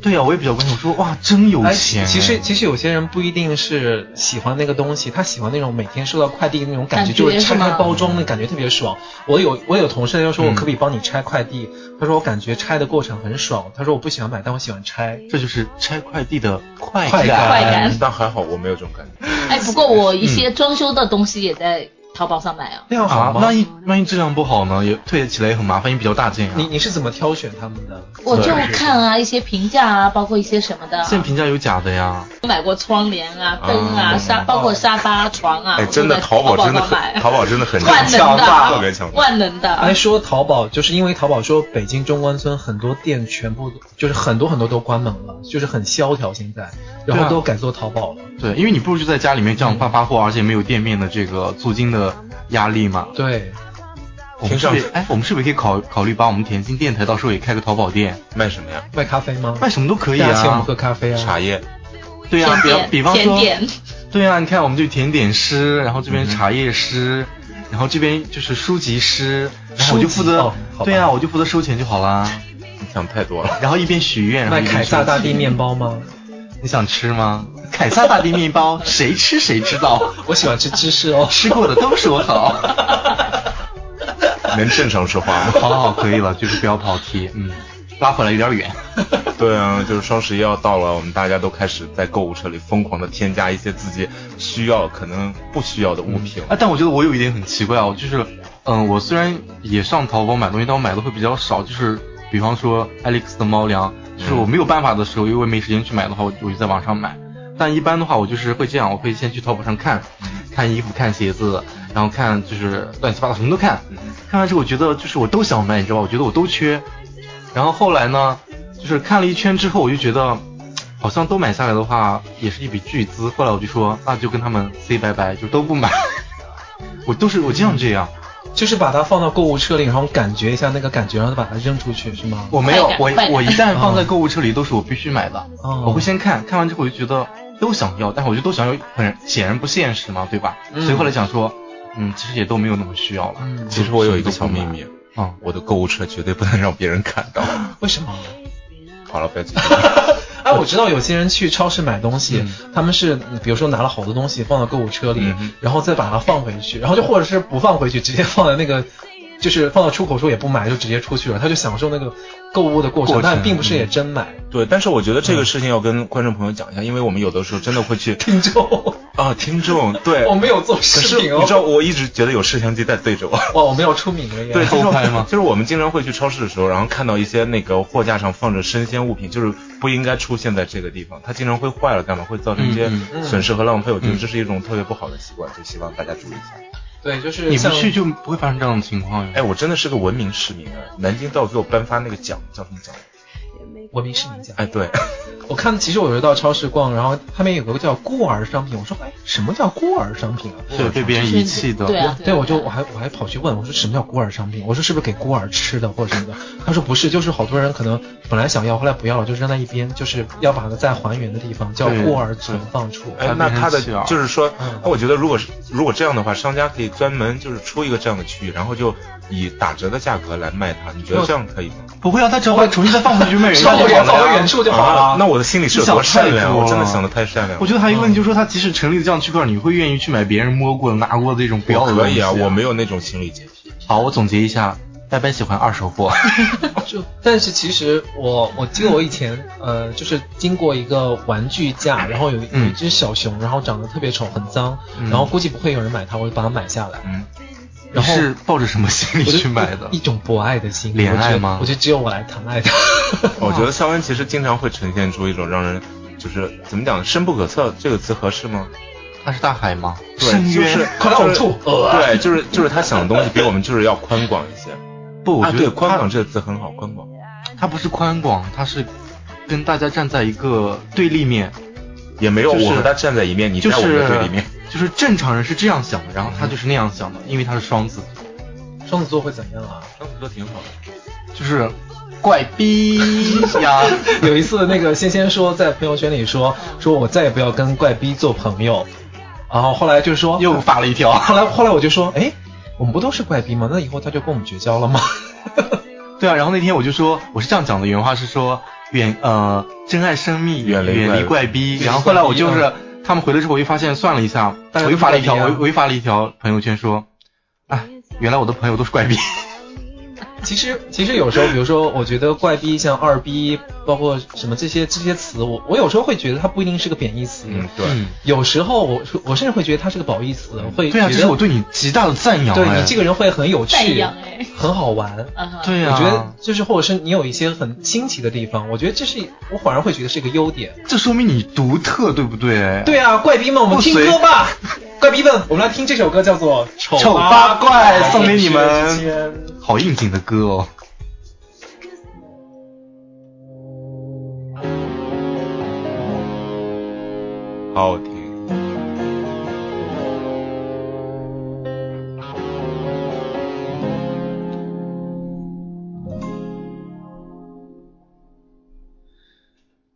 E: 对啊，我也比较关心。我说哇，真有
F: 哎，
E: 钱。
F: 其实其实有些人不一定是喜欢那个东西，他喜欢那种每天收到快递的那种感觉，
D: 感觉
F: 就是拆
D: 是吗
F: 开包装的感觉特别爽。我有我有同事他就说我可
E: 嗯
F: 不可以帮你拆快递，他说我感觉拆的过程很爽，他说我不喜欢买，但我喜欢拆。
E: 这就是拆快递的快啊
F: 快感
D: 快感
C: 但还好我没有这种感觉。
D: 哎，不过我一些装修的东西也在淘宝上买啊。
F: 那样好
E: 啊！
F: 吗？
E: 万一万一质量不好呢？也退起来也很麻烦，因为比较大件啊。
F: 你你是怎么挑选他们的？
D: 我就看啊，一些评价啊，包括一些什么的啊，
E: 现在评价有假的呀。
D: 我买过窗帘啊、灯啊、
C: 嗯
D: 沙，包括沙发、床啊，
C: 哎，
D: 我都
C: 真的
D: 在
C: 淘
D: 宝
C: 宝真的
D: 上买
C: 很，淘宝真的 很
D: 万能
C: 强
D: 的啊，
C: 大，特别强大。
D: 万能的
F: 哎，
D: 啊。
F: 说淘宝，就是因为淘宝说北京中关村很多店全部就是很多很多都关门了，就是很萧条现在，
E: 对
F: 然后
E: 啊
F: 都改做淘宝了。
E: 对，因为你不如就在家里面这样发发货，而且没有店面的这个租金的压力嘛。
F: 对，
E: 我们是不是哎，我们是不是也可以考考虑把我们甜心电台到时候也开个淘宝店，
C: 卖什么呀？
F: 卖咖啡吗？
E: 卖什么都可以
F: 大家请我们
E: 啊
F: 喝。咖啡啊。
C: 茶叶。
E: 对呀、
D: 甜
E: 比方
D: 点，
E: 比方
D: 甜
E: 说，
D: 点，
E: 对啊，你看我们就甜点师，然后这
F: 嗯
E: 边茶叶师，然后这边就是书籍师，然后我就负责，
F: 书籍哦好吧
E: 对啊，我就负责收钱就好啦。
C: 你想太多了。
E: 然后一边许愿，然后
F: 卖
E: 一边
F: 凯撒
E: 收
F: 大
E: 钱
F: 地面包吗？
E: 你想吃吗？凯撒大地面包，谁吃谁知道，
F: 我喜欢吃芝士哦。
E: 吃过的都说好。
C: 能正常说话吗？
E: 好好好，可以了，就是不要跑题，嗯，拉回来有点远。
C: 对啊，就是双十一要到了，我们大家都开始在购物车里疯狂的添加一些自己需要可能不需要的物品。
F: 嗯
E: 啊，但我觉得我有一点很奇怪哦，就是，嗯，我虽然也上淘宝买东西，但我买的会比较少，就是比方说 Alex 的猫粮，就是我没有办法的时候，因为我没时间去买的话，我我就在网上买。但一般的话，我就是会这样，我会先去淘宝上看，看衣服、看鞋子，然后看就是乱七八糟什么都看。看完之后，我觉得就是我都想买，你知道吧？我觉得我都缺。然后后来呢，就是看了一圈之后，我就觉得好像都买下来的话，也是一笔巨资。后来我就说，那就跟他们 say 拜拜，就都不买。我都是我经常这样，
F: 就是把它放到购物车里，然后感觉一下那个感觉，然后再把它扔出去，是吗？
E: 我没有
D: 快感
E: 我
D: 快感
E: 我一旦放
F: 嗯
E: 在购物车里都是我必须买的，
F: 哦
E: 我会先看看完之后我就觉得都想要，但是我觉得都想要很显然不现实嘛，对吧？
F: 嗯
E: 所以后来想说，嗯，其实也都没有那么需要了。
F: 嗯
C: 其实我有一个小秘密，
E: 嗯，
C: 我的购物车绝对不能让别人看 到。
F: 为什么？
C: 好了，不要继续了。
F: 哎，我知道有些人去超市买东西，他们是嗯比如说拿了好多东西放到购物车里，然后再把它放回去，然后就或者是不放回去，直接放在那个，就是放到出口处也不买，就直接出去了，他就享受那个购物的过程，
E: 过程
F: 但并不是也真买。
C: 对，但是我觉得这个事情要跟观众朋友讲一下，因为我们有的时候真的会去
F: 听众，
C: 啊，听众对，
F: 我没有做
C: 可
F: 视
C: 是
F: 频哦，
C: 你知道，我一直觉得有摄像机在对着我。
F: 哇，我们要出名了耶！
C: 对，就是
E: 偷拍吗
C: 就是我们经常会去超市的时候，然后看到一些那个货架上放着生鲜物品，就是不应该出现在这个地方，它经常会坏了，干嘛会造成一些
E: 嗯
C: 损失和浪费？我觉得这是一种特别不好的习惯，就希望大家注意一下。
F: 对，就是
E: 你不
F: 像
E: 去就不会发生这样的情况呀。
C: 哎，我真的是个文明市民啊！南京到给我颁发那个奖，叫什么奖？
F: 文明市民家。
C: 哎，对，
F: 我看，其实我有一到超市逛，然后他们有个叫孤儿商品，我说，哎，什么叫孤儿商品啊？
C: 哎
E: 对，被别人遗弃的。
D: 对啊，
F: 对，我就我还我还跑去问我说什么叫孤儿商品？我说是不是给孤儿吃的或者什么的？他说不是，就是好多人可能本来想要，后来不要了，就扔在一边，就是要把它再还原的地方叫
E: 对
F: 孤儿存放处。
C: 哎，那他的
E: 气啊
C: 就是说
F: 嗯，
C: 那我觉得如果是如果这样的话，商家可以专门就是出一个这样的区域，然后就以打折的价格来卖它。你觉得这样可以吗？
E: 不会啊，他只要把重新再放回 去，卖原价
F: 稍
E: 就
F: 微
E: 好
F: 放
E: 了
F: 回
E: 呀
F: 原。处就好了。
C: 啊那我的心里是有多善良？我真的想的太善良了。嗯
E: 我觉得还有一个问题，就是说他即使成立了这样区块，你会愿意去买别人摸过的、拿过的这种不要
C: 我
E: 的
C: 可以啊，
E: 东西
C: 我没有那种心理洁癖。
E: 好，我总结一下，拜拜喜欢二手 货。
F: 就但是其实我我记得我以前呃就是经过一个玩具
E: 嗯
F: 架，然后有有一只小熊，然后长得特别丑，很脏，然后估计不会有人买它，我就把它买下来。
C: 嗯，
E: 你
F: 然后
E: 是抱着什么心理
F: 我就
E: 去买的
F: 一？种博爱的心，
E: 怜
F: 我觉
E: 爱
F: 得
E: 吗
F: 我觉得只有我来疼爱它。
C: 我觉得肖恩其实经常会呈现出一种让人就是怎么讲深不可测这个词合适吗？
E: 它是大海吗？深
C: 对，就
E: 渊
C: 是
F: 快来呕吐
C: 就是对，就是就是他想的东西比我们就是要宽广一些。
E: 不，我
C: 啊，
E: 觉
C: 对，
E: 得
C: 宽广
E: 它
C: 这个词很好，宽广。
E: 它不是宽广，它是跟大家站在一个对立面，
C: 也没有，
E: 就是
C: 我和他站在一面，你
E: 就
C: 在我们的对立
E: 是
C: 面。
E: 就是正常人是这样想的，然后他就是那样想的，因为他是双子，
F: 双子座会怎样啊？
C: 双子座嗯挺好的，
E: 就是怪逼 呀。
F: 有一次，那个仙仙说在朋友圈里说，说我再也不要跟怪逼做朋友，然后后来就说，
E: 又发了一条，
F: 后来后来我就说，哎，我们不都是怪逼吗？那以后他就跟我们绝交了吗？
E: 对啊，然后那天我就说，我是这样讲的，原话是说，远呃珍爱生命，
C: 远
E: 远
C: 离怪
E: 离怪逼。
F: 对
E: 然后后来我就
F: 怪
E: 是他们回来之后，我就发现算了一下，
F: 但是
E: 我又发了一条
F: 怪逼啊
E: 我我又发了一条朋友圈说，啊，原来我的朋友都是怪逼。
F: 其实其实有时候，比如说，我觉得怪逼像二逼，包括什么这些这些词，我我有时候会觉得它不一定是个贬义词。
C: 嗯，对，
F: 有时候我我甚至会觉得它是个褒义词，会
E: 对啊，
F: 觉
E: 这
F: 得
E: 是我对你极大的赞扬。
F: 对
E: 哎
F: 你这个人会很有
D: 赞
F: 趣
D: 扬哎，
F: 很好玩。
D: 啊哈，
E: 对啊，
F: 我觉得就是，或者是你有一些很新奇的地方，我觉得这是我反而会觉得是一个优点。
E: 这说明你独特，对不对？
F: 对啊，怪逼们，我们
E: 不
F: 听
E: 随
F: 歌吧。怪逼们，我们来听这首歌，叫做《丑
E: 丑八
F: 八
E: 怪送给你们
F: 我是之间
E: 好应景的歌哦。
C: 好好听。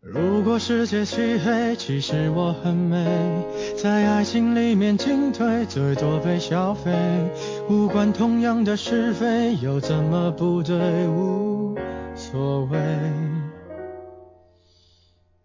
G: 如果世界漆黑，其实我很美，在爱情里面进退，最多被消费，无关同样的是非，又怎么不对，无所谓。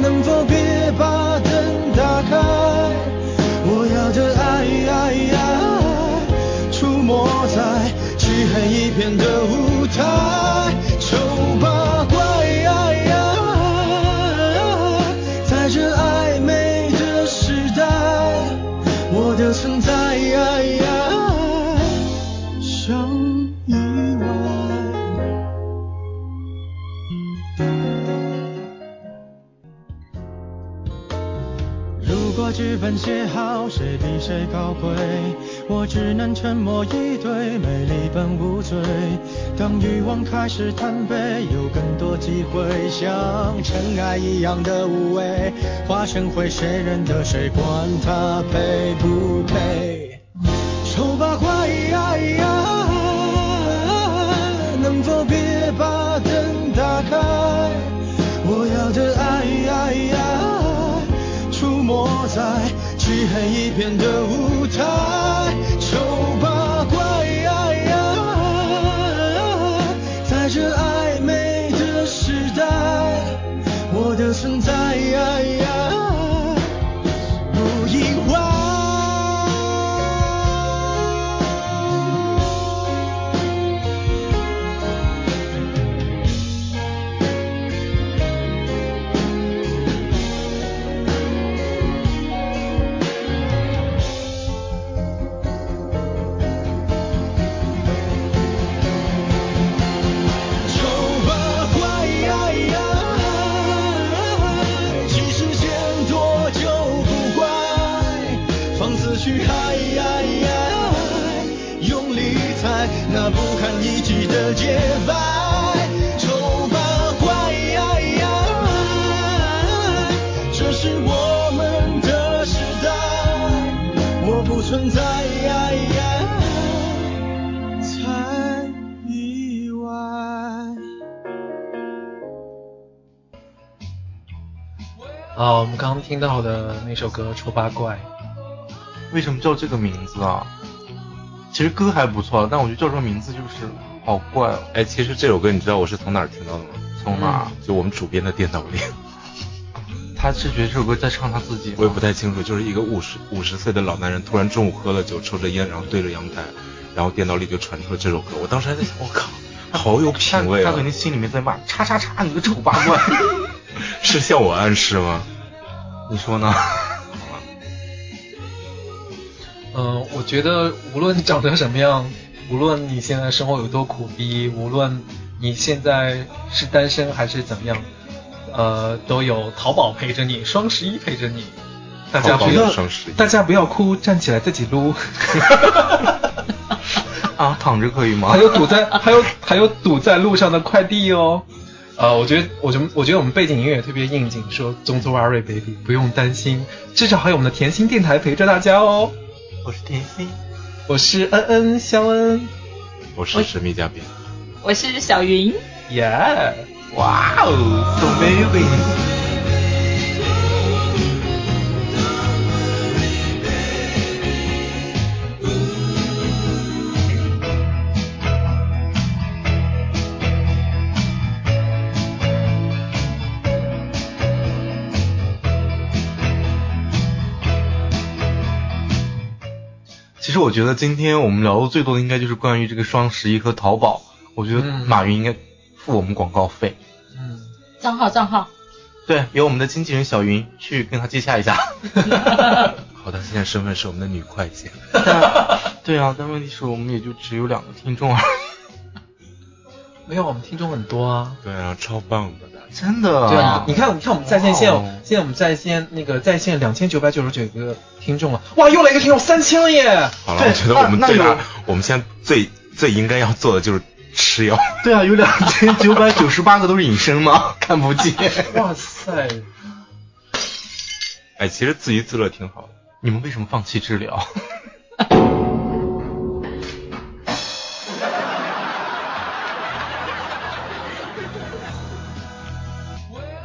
G: 能否别把灯打开？我要的爱呀呀，出没在漆黑一片的舞台。丑八怪呀呀，在这暧昧的时代，我的存在呀呀，像意外。如果剧本写好，谁比谁高贵？我只能沉默以对，美丽本无罪。当欲望开始贪杯，有更多机会，像尘埃一样的无畏，化成灰，谁认得谁？管他配不配。丑八怪呀呀，能否别把灯打开？我要的爱呀呀，出没在漆黑一片的舞台。丑八怪呀呀，在这暧昧的时代，我的存在呀呀，不意外。丑八怪呀呀，其实见多就不怪，放肆去爱呀呀，用力踩那不堪一击的洁白。丑八怪呀呀，这是我们的时代，我不存在呀呀。才意外。
F: 啊，我们刚刚听到的那首歌《丑八怪》，
E: 为什么叫这个名字啊？其实歌还不错，但我觉得叫这个名字就是好怪哦。
C: 哎，其实这首歌你知道我是从哪儿啊听到的吗？嗯
E: 从哪儿？
C: 就我们主编的电脑里，
E: 他是觉得这首歌在唱他自己吗。
C: 我也不太清楚，就是一个五十五十岁的老男人，突然中午喝了酒，抽着烟，然后对着阳台，然后电脑里就传出了这首歌。我当时还在想，我靠，好有品味
E: 他
C: 啊
E: 他！肯定心里面在骂叉叉叉，你个丑八怪。
C: 是向我暗示吗？
E: 你说呢？
F: 嗯，我觉得无论你长成什么样，无论你现在生活有多苦逼，无论你现在是单身还是怎么样，呃，都有淘宝陪着你，双十一陪着你。大家
C: 淘宝
F: 不
C: 有
F: 要
C: 双十一，
F: 大家不要哭，站起来自己撸。
E: 啊，躺着可以吗
F: 还？有堵在，还有还有堵在路上的快递哦。呃，我觉得，我觉得，我觉得我们背景音乐特别应景，说“中途阿瑞 baby”，不用担心，至少还有我们的甜心电台陪着大家哦。
E: 我是甜心。
F: 我是恩恩肖恩，
C: 我是神秘嘉宾。
D: 嗯
H: 我是小云，
F: 耶、哇哦，so amazing！
E: 其实我觉得今天我们聊的最多的应该就是关于这个双十一和淘宝。我觉得
F: 嗯
E: 马云应该付我们广告费，
F: 嗯，
D: 账号账号，
E: 对，由我们的经纪人小云去跟他接洽一下。
C: 好的，现在身份是我们的女会计。
E: 对啊，但问题是我们也就只有两个听众而已，
F: 没有，我们听众很多啊。
C: 对啊，超棒的。
E: 真的。
F: 对
D: 啊
F: 你看，你看我们在线现在
E: 哇哦
F: 现在我们在线那个在线两千九百九十九个听众了，哇，又来一个听众三千了耶！
C: 好了，
E: 对
C: 我觉得我们
E: 那
C: 最
E: 那
C: 大
E: 有，
C: 我们现在最最应该要做的就是吃药。
E: 对啊，有两千九百九十八个都是隐身吗？ 看不见。
F: 哇塞，
C: 哎，其实自娱自乐挺好的。
E: 你们为什么放弃治疗？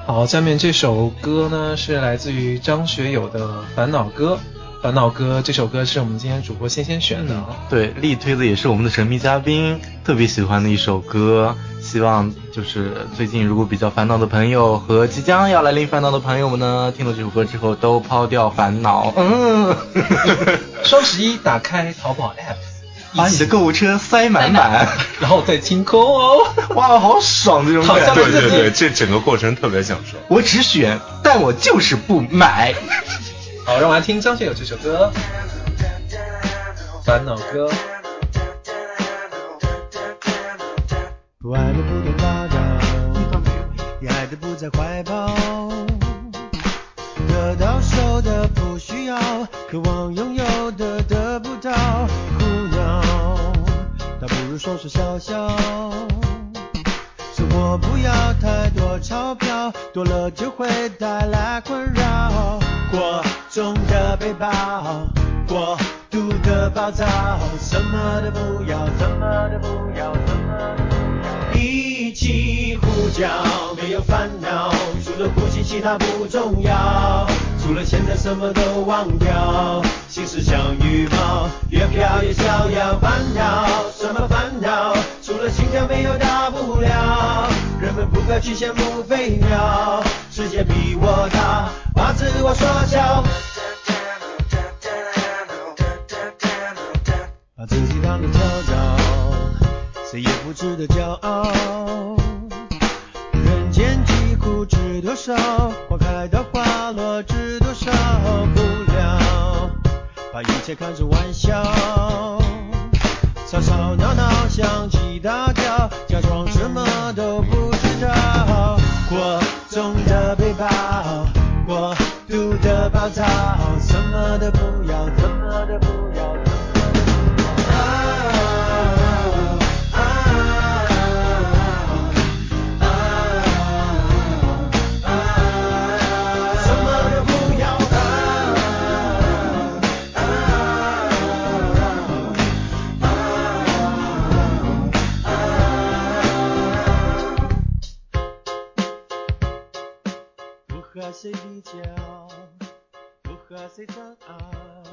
F: 好，下面这首歌呢是来自于张学友的《烦恼歌》，《烦恼歌》这首歌是我们今天主播先先选的啊。
E: 对，力推的也是我们的神秘嘉宾特别喜欢的一首歌，希望就是最近如果比较烦恼的朋友和即将要来临烦恼的朋友们呢，听了这首歌之后都抛掉烦恼，嗯，
F: 双十一打开淘宝 app，
E: 把你的购物车塞满满，
F: 然后再清空哦。
E: 哇，好爽这种
F: 好
E: 感
F: 像
E: 觉。
C: 对对对，这整个过程特别享受。
E: 我只选，但我就是不买。
F: 好，让我们来听张学友这首歌《烦恼歌》。
G: 我爱的不该发高，也爱的不在怀抱，得到手的不需要，渴望拥有的得不到，苦恼，倒不如双手潇潇。生活不要太多钞票，多了就会带来困扰。过重的背包，过度的暴躁，什么都不要，什么都不要，什么都不要。一起呼叫，没有烦恼，除了呼吸其他不重要，除了现在什么都忘掉。心事像羽毛，越飘越逍遥，烦恼什么烦恼，除了心跳没有大不了。人们不该去羡慕飞鸟，世界比我大，把自我缩小。把自己当作跳蚤，谁也不值得骄傲。人间疾苦知多少，花开到花落知多少，不了，把一切看成玩笑。吵吵闹闹想起大叫，假装什么都不知道。过重的背包，过度的暴躁，什么都不要，什么都不要。什么都不要啊啊啊啊什么都不要啊啊啊不和谁比较，不和谁争拗。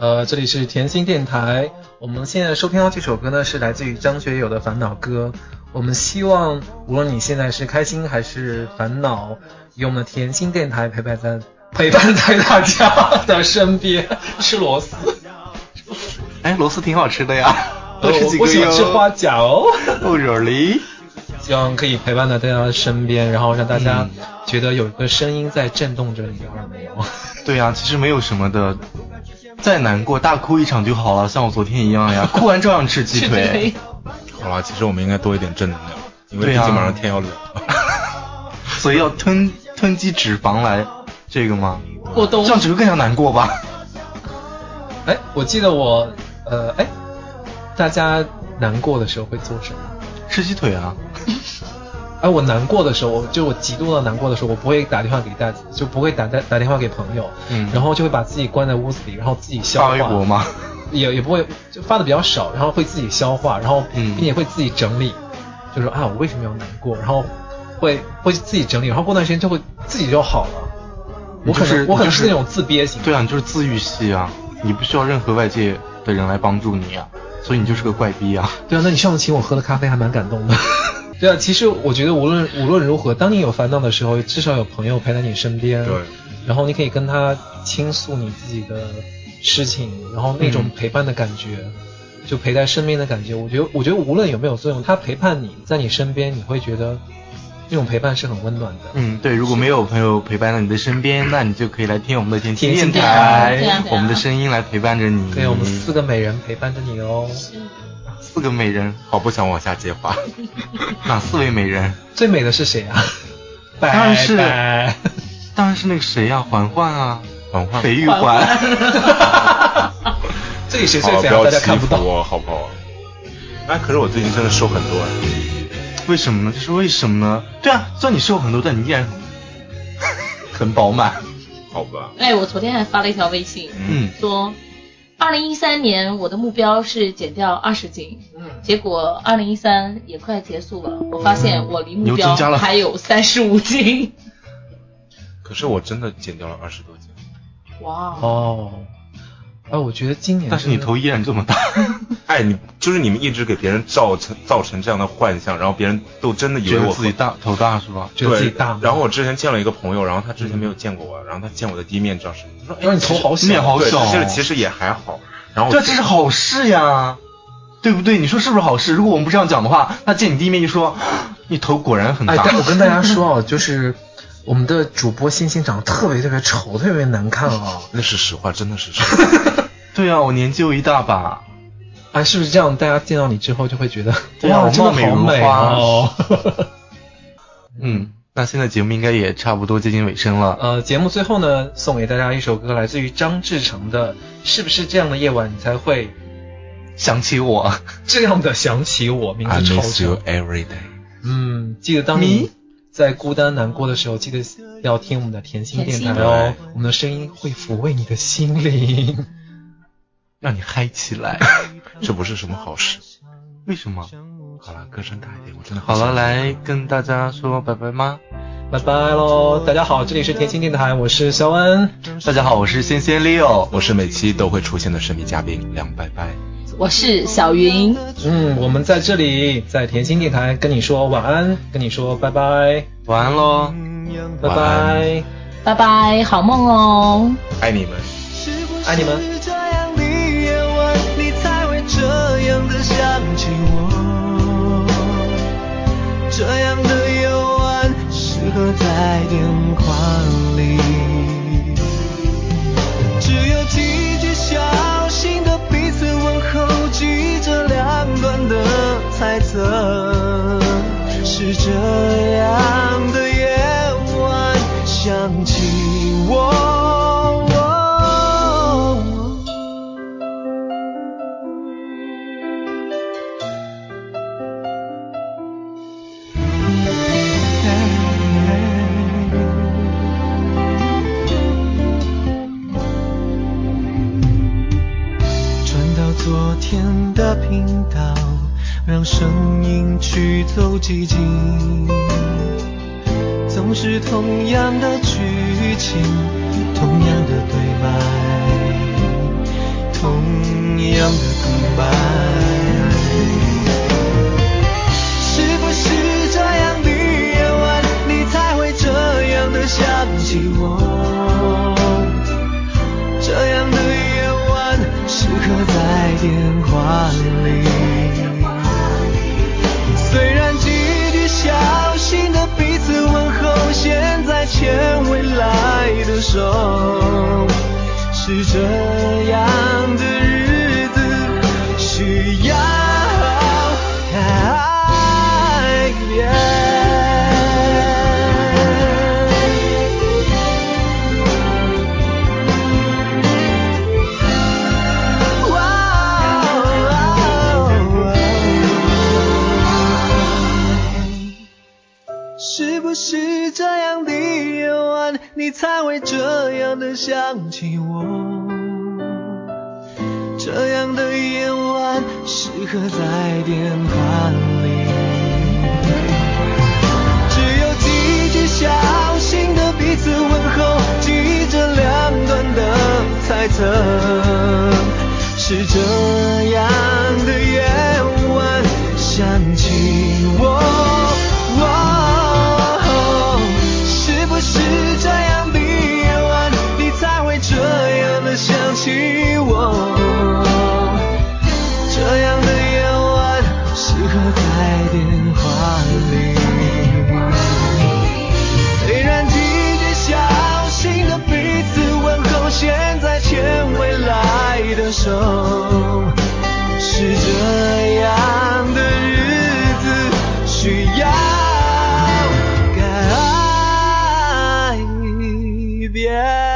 F: 呃，这里是甜心电台，我们现在收听到这首歌呢，是来自于张学友的《烦恼歌》。我们希望，无论你现在是开心还是烦恼，有我们的甜心电台陪伴在 陪伴在大家的身边。吃 螺丝，
E: 哎，螺丝挺好吃的呀，
F: 我
E: 多吃几
F: 呃
E: 个
F: 我喜
E: 哟。
F: 欢吃花甲哦。
E: 哦，惹梨。
F: 希望可以陪伴在大家的身边，然后让大家觉得有一个声音在震动着你的耳膜。
E: 对呀、其实没有什么的，再难过大哭一场就好了，像我昨天一样呀，哭完照样吃鸡 腿。
C: 好了，其实我们应该多一点正能量，因为毕
E: 对啊
C: 竟马上天要冷 了。
E: 所以要吞吞积脂肪来这个吗？
D: 过冬
E: 这样只会更加难过吧？
F: 哎，我记得我，呃，哎，大家难过的时候会做什么？
E: 吃鸡腿啊！
F: 哎，我难过的时候，我就我极度的难过的时候，我不会打电话给大，就不会打打打电话给朋友，
E: 嗯
F: 然后就会把自己关在屋子里，然后自己消
E: 发
F: 化。
E: 微博吗？
F: 也也不会就发的比较少，然后会自己消化，然后
C: 嗯
F: 并且会自己整理，就是啊我为什么要难过，然后会 会自己整理，然后过段时间就会自己就好了。我可能、
E: 就是
F: 我可能
E: 就是
F: 那种自憋型，
E: 对啊，你就是自愈系啊，你不需要任何外界的人来帮助你啊，所以你就是个怪逼啊。
F: 对啊，那你上次请我喝的咖啡还蛮感 动的。对啊，其实我觉得无论无论如何，当你有烦恼的时候，至少有朋友陪在你身边，
C: 对，
F: 然后你可以跟他倾诉你自己的事情，然后那
C: 嗯
F: 种陪伴的感觉，就陪在身边的感觉，我觉得我觉得无论有没有作用，他陪伴你在你身边，你会觉得那种陪伴是很温暖的。
E: 嗯，对，如果没有朋友陪伴在你的身边，那你就可以来听我们的甜
F: 甜
E: 电
F: 心
E: 台，
D: 电台对啊
E: 我们的声音来陪伴着你。
F: 对，我们四个美人陪伴着你哦。
E: 四个美 人，
C: 好不想往下接话。
E: 哪四位美人？
F: 最美的是谁啊？拜
E: 当然是
F: 拜
E: 当然是那个谁呀、环环啊，
C: 环环
E: 裴玉环。
F: 这里谁
C: 好
F: 最
C: 了，不要
F: 肥啊？大
C: 欺
F: 家看不
C: 负
F: 到。
C: 我，好不好？哎，可是我最近真的瘦很多哎。
E: 为什么呢？这是为什么呢？对啊，虽然你瘦很多，但你依然很很饱满。
C: 好吧，
D: 哎，我昨天还发了一条微信，
E: 嗯，
D: 说，二零一三年我的目标是减掉二十斤，结果二零一三也快结束了，我发现我离
E: 嗯
D: 目
E: 你又
D: 标
E: 增加了
D: 还有三十五斤，
C: 可是我真的减掉了二十多斤。
D: 哇，
F: 哦，啊，我觉得今年
E: 但是你
F: 真的
E: 头依然这 么大。
C: 哎，你就是你们一直给别人造成造成这样的幻象，然后别人都真的以
E: 觉
C: 为
E: 得
C: 我
E: 自己大头大是吧？
F: 觉得自己大吗嗯
C: 对，然后我之前见了一个朋友，然后他之前没有见过我，然后他见我的第一面知道是，他说
F: 让你头哎好小，
E: 面好
C: 对，
E: 小哦
C: 其实其实也还好。然后
E: 对
C: 我
E: 啊，这是好事呀，对不对？你说是不是好事？如果我们不这样讲的话，那见你第一面就说你头果然很
F: 哎，
E: 大。
F: 但我跟大家说啊， 就是我们的主播星星长得特别特别丑，特别难看啊！
C: 那是实话，真的是实话。
E: 对啊，我年纪又一大把。
F: 啊，是不是这样？大家见到你之后就会觉得，
E: 对啊
F: 哇，
E: 我
F: 真的好
E: 貌美
F: 美
E: 如花
F: 哦。
E: 嗯，那现在节目应该也差不多接近尾声了。
F: 呃，节目最后呢，送给大家一首歌，来自于张志成的《是不是这样的夜晚你才会
E: 想起我，
F: 这样的想起我》， 名
E: 啊
C: I
F: 字超
C: miss
F: 长
C: you。every day。
F: 嗯，记得当你在孤单难过的时候，记得要听我们的甜心电台哦
C: 甜，
F: 我们的声音会抚慰你的心 灵。
E: 让你嗨起来。
C: 这不是什么好事。
E: 为什么？
C: 好了，歌声大一点，我真的
E: 好
C: 想
E: 了，来跟大家说拜拜吗？
F: 拜拜喽！大家好，这里是甜心电台，我是肖恩，
E: 大家好，我是仙仙 Leo。
C: 我是每期都会出现的神秘嘉宾梁拜拜。
D: 我是小云，
F: 嗯，我们在这里在甜心电台跟你说晚安，跟你说拜拜，
E: 晚安喽。
F: 拜
C: 晚
F: 拜
C: 安，
D: 拜拜，好梦哦。
C: 爱你们。
G: 是不
F: 爱你们
G: 是这样的夜晚，你才会这样的想起我？这样的夜晚适合在电话里，只有几句小心的彼此问候，记着两端的猜测。是这样的夜晚，想起我。转到昨天的频道，让声音去走寂静。总是同样的剧情，同样的对白，同样的空白。是不是这样的夜晚，你才会这样的想起我？这样的夜晚适合在电话里。虽然几句小心的彼此问候，现在牵未来的手，是这样的日子需要改变。哇哦是不是这样的夜晚，你才会这样的想起我？这这样的夜晚适合在电话里。只有几句小心的彼此问候，记着两端的猜测。是这样的夜晚，想起我。哦是不是这样的夜晚，你才会这样的想起我？这样的夜晚适合在电话里。虽然几句小心的彼此问候，现在牵未来的手，是这样的日子需要改变。